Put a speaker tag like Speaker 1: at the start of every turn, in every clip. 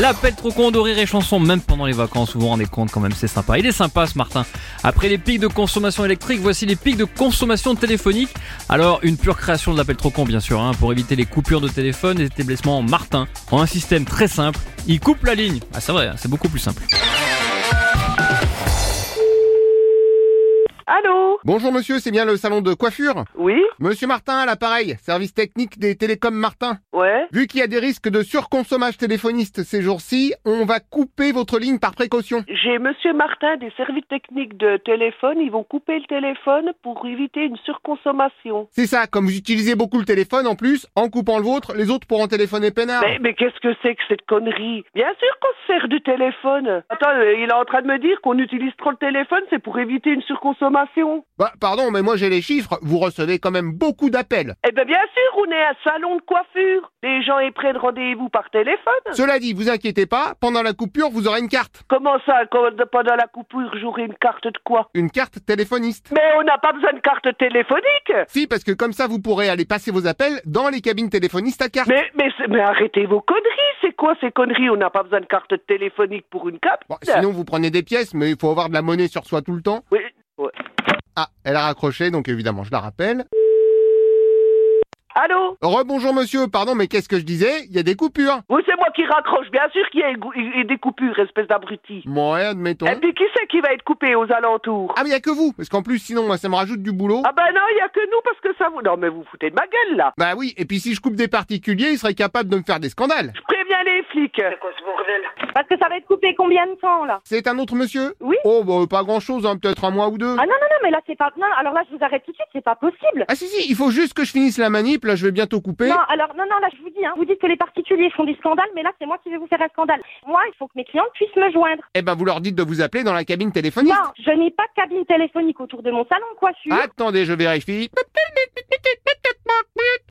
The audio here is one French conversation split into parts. Speaker 1: L'appel trop con de rire et chanson, même pendant les vacances, vous vous rendez compte quand même, c'est sympa. Il est sympa ce Martin. Après les pics de consommation électrique, voici les pics de consommation téléphonique. Alors, une pure création de l'appel trop con, bien sûr, hein, pour éviter les coupures de téléphone, les établissements Martin ont un système très simple. Ils coupent la ligne. Ah, c'est vrai, hein, c'est beaucoup plus simple.
Speaker 2: Allô
Speaker 3: Bonjour monsieur, c'est bien le salon de coiffure
Speaker 2: Oui
Speaker 3: Monsieur Martin à l'appareil, service technique des télécoms Martin.
Speaker 2: Ouais
Speaker 3: Vu qu'il y a des risques de surconsommage téléphoniste ces jours-ci, on va couper votre ligne par précaution.
Speaker 2: J'ai Monsieur Martin des services techniques de téléphone. Ils vont couper le téléphone pour éviter une surconsommation.
Speaker 3: C'est ça, comme vous utilisez beaucoup le téléphone en plus, en coupant le vôtre, les autres pourront téléphoner peinard.
Speaker 2: Mais, mais qu'est-ce que c'est que cette connerie Bien sûr qu'on se sert du téléphone. Attends, euh, il est en train de me dire qu'on utilise trop le téléphone, c'est pour éviter une surconsommation.
Speaker 3: Bah pardon, mais moi j'ai les chiffres, vous recevez quand même beaucoup d'appels.
Speaker 2: Eh ben bien sûr, on est un salon de coiffure. Les gens est près de rendez-vous par téléphone.
Speaker 3: Cela dit, vous inquiétez pas, pendant la coupure, vous aurez une carte.
Speaker 2: Comment ça, quand- pendant la coupure, j'aurai une carte de quoi
Speaker 3: Une carte téléphoniste.
Speaker 2: Mais on n'a pas besoin de carte téléphonique.
Speaker 3: Si, parce que comme ça, vous pourrez aller passer vos appels dans les cabines téléphonistes à carte.
Speaker 2: Mais, mais, c'est- mais arrêtez vos conneries, c'est quoi ces conneries On n'a pas besoin de carte téléphonique pour une carte.
Speaker 3: Bon, sinon, vous prenez des pièces, mais il faut avoir de la monnaie sur soi tout le temps.
Speaker 2: Oui, ouais.
Speaker 3: Ah, elle a raccroché, donc évidemment, je la rappelle.
Speaker 2: Allô
Speaker 3: Rebonjour monsieur, pardon, mais qu'est-ce que je disais Il y a des coupures.
Speaker 2: Oui, c'est moi qui raccroche, bien sûr qu'il y a une gou- une- des coupures, espèce d'abruti.
Speaker 3: Ouais, admettons.
Speaker 2: Et puis qui c'est qui va être coupé aux alentours
Speaker 3: Ah, mais il y a que vous, parce qu'en plus, sinon, moi, ça me rajoute du boulot.
Speaker 2: Ah ben non, il n'y a que nous parce que ça vous... Non mais vous foutez de ma gueule là
Speaker 3: Bah oui, et puis si je coupe des particuliers, ils seraient capables de me faire des scandales.
Speaker 2: Je préviens les flics
Speaker 4: Parce que ça va être coupé combien de temps là
Speaker 3: C'est un autre monsieur
Speaker 4: Oui.
Speaker 3: Oh, bah, pas grand-chose, hein, peut-être un mois ou deux.
Speaker 4: Ah non non non mais là c'est pas non alors là je vous arrête tout de suite c'est pas possible.
Speaker 3: Ah si, si, il faut juste que je finisse la manip, là, je vais bientôt couper.
Speaker 4: Non alors non non là je vous dis hein vous dites que les particuliers font du scandale mais là c'est moi qui vais vous faire un scandale. Moi il faut que mes clients puissent me joindre.
Speaker 3: Eh ben, vous leur dites de vous appeler dans la cabine téléphoniste.
Speaker 4: Non je n'ai pas de cabine téléphonique autour de mon salon de coiffure.
Speaker 3: Attendez, je vérifie.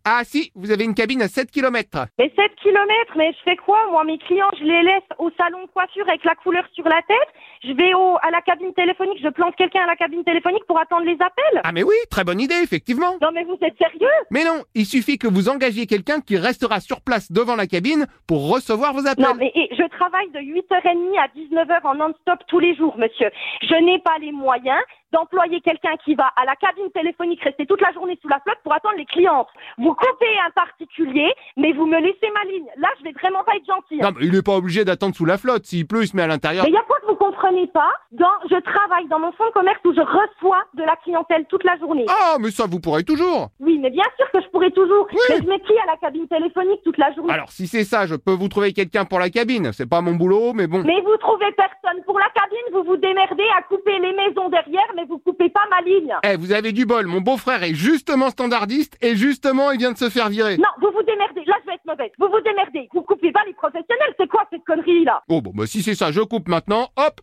Speaker 3: Ah si, vous avez une cabine à 7 km.
Speaker 4: Mais 7 kilomètres mais je fais quoi moi mes clients je les laisse au salon de coiffure avec la couleur sur la tête. Je vais au à la cabine téléphonique je plante quelqu'un à la cabine téléphonique pour attendre les appels.
Speaker 3: Ah mais oui, très bonne idée, effectivement.
Speaker 4: Non mais vous êtes sérieux
Speaker 3: Mais non, il suffit que vous engagiez quelqu'un qui restera sur place devant la cabine pour recevoir vos appels.
Speaker 4: Non, mais et je travaille de 8h30 à 19h en non-stop tous les jours, monsieur. Je n'ai pas les moyens d'employer quelqu'un qui va à la cabine téléphonique rester toute la journée sous la flotte pour attendre les clientes. Vous coupez un particulier, mais vous me laissez ma ligne. Là, je vais vraiment pas être gentille.
Speaker 3: Non, mais il n'est pas obligé d'attendre sous la flotte. S'il pleut, il se met à l'intérieur.
Speaker 4: Mais il y a quoi que vous comprenez pas dans je travaille dans mon fonds de commerce où je reçois de la clientèle toute la journée.
Speaker 3: Ah, mais ça, vous pourrez toujours.
Speaker 4: Oui, mais bien sûr que je pourrais toujours. Mais je mets qui à la cabine téléphonique toute la journée
Speaker 3: Alors, si c'est ça, je peux vous trouver quelqu'un pour la cabine. C'est pas mon boulot, mais bon.
Speaker 4: Mais vous trouvez personne pour la cabine, vous vous démerdez à couper les maisons derrière, mais vous coupez pas ma ligne.
Speaker 3: Eh, vous avez du bol. Mon beau-frère est justement standardiste et justement, il vient de se faire virer.
Speaker 4: Non, vous vous démerdez. Là, je vais être mauvaise. Vous vous démerdez. Vous coupez pas les professionnels. C'est quoi cette connerie là
Speaker 3: Oh, bon, bah, si c'est ça, je coupe maintenant. Hop.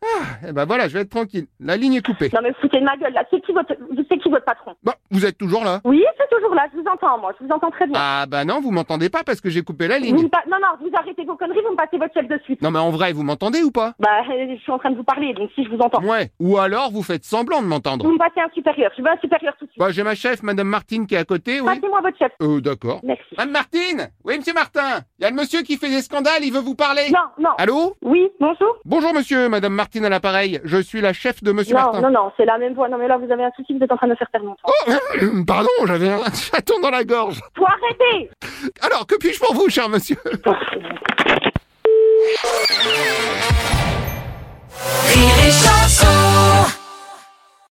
Speaker 3: Ah, eh ben voilà, je vais être tranquille. La ligne est coupée.
Speaker 4: Non mais vous foutez de ma gueule là. C'est qui votre, c'est qui votre patron
Speaker 3: Bah, vous êtes toujours là.
Speaker 4: Oui, c'est toujours là. Je vous entends, moi. Je vous entends très bien.
Speaker 3: Ah, bah non, vous m'entendez pas parce que j'ai coupé la
Speaker 4: Vous
Speaker 3: ligne.
Speaker 4: me pa- Non, non, vous arrêtez vos conneries. Vous me passez votre chef de suite.
Speaker 3: Non, mais en vrai, vous m'entendez ou pas
Speaker 4: Bah, euh, je suis en train de vous parler, donc si je vous entends.
Speaker 3: Ouais, ou alors vous faites semblant de m'entendre.
Speaker 4: Vous me passez un supérieur. Je veux un supérieur tout de suite.
Speaker 3: Bah, j'ai ma chef, Madame Martine, qui est à côté, oui.
Speaker 4: Passez-moi votre chef.
Speaker 3: Euh, d'accord.
Speaker 4: Merci.
Speaker 3: Madame Martine Oui, monsieur Martin Il y a le monsieur qui fait des scandales, il veut vous parler
Speaker 4: Non, non.
Speaker 3: Allô
Speaker 4: Oui, bonjour.
Speaker 3: Bonjour monsieur, Madame Martine à l'appareil, je suis la chef de monsieur
Speaker 4: non,
Speaker 3: Martin.
Speaker 4: non, non, c'est la même voix. Non mais là, vous avez un souci. Vous êtes en train de me faire perdre mon temps.
Speaker 3: Oh, pardon, j'avais un chaton dans la gorge.
Speaker 4: Faut arrêter.
Speaker 3: Alors, que puis-je pour vous, cher monsieur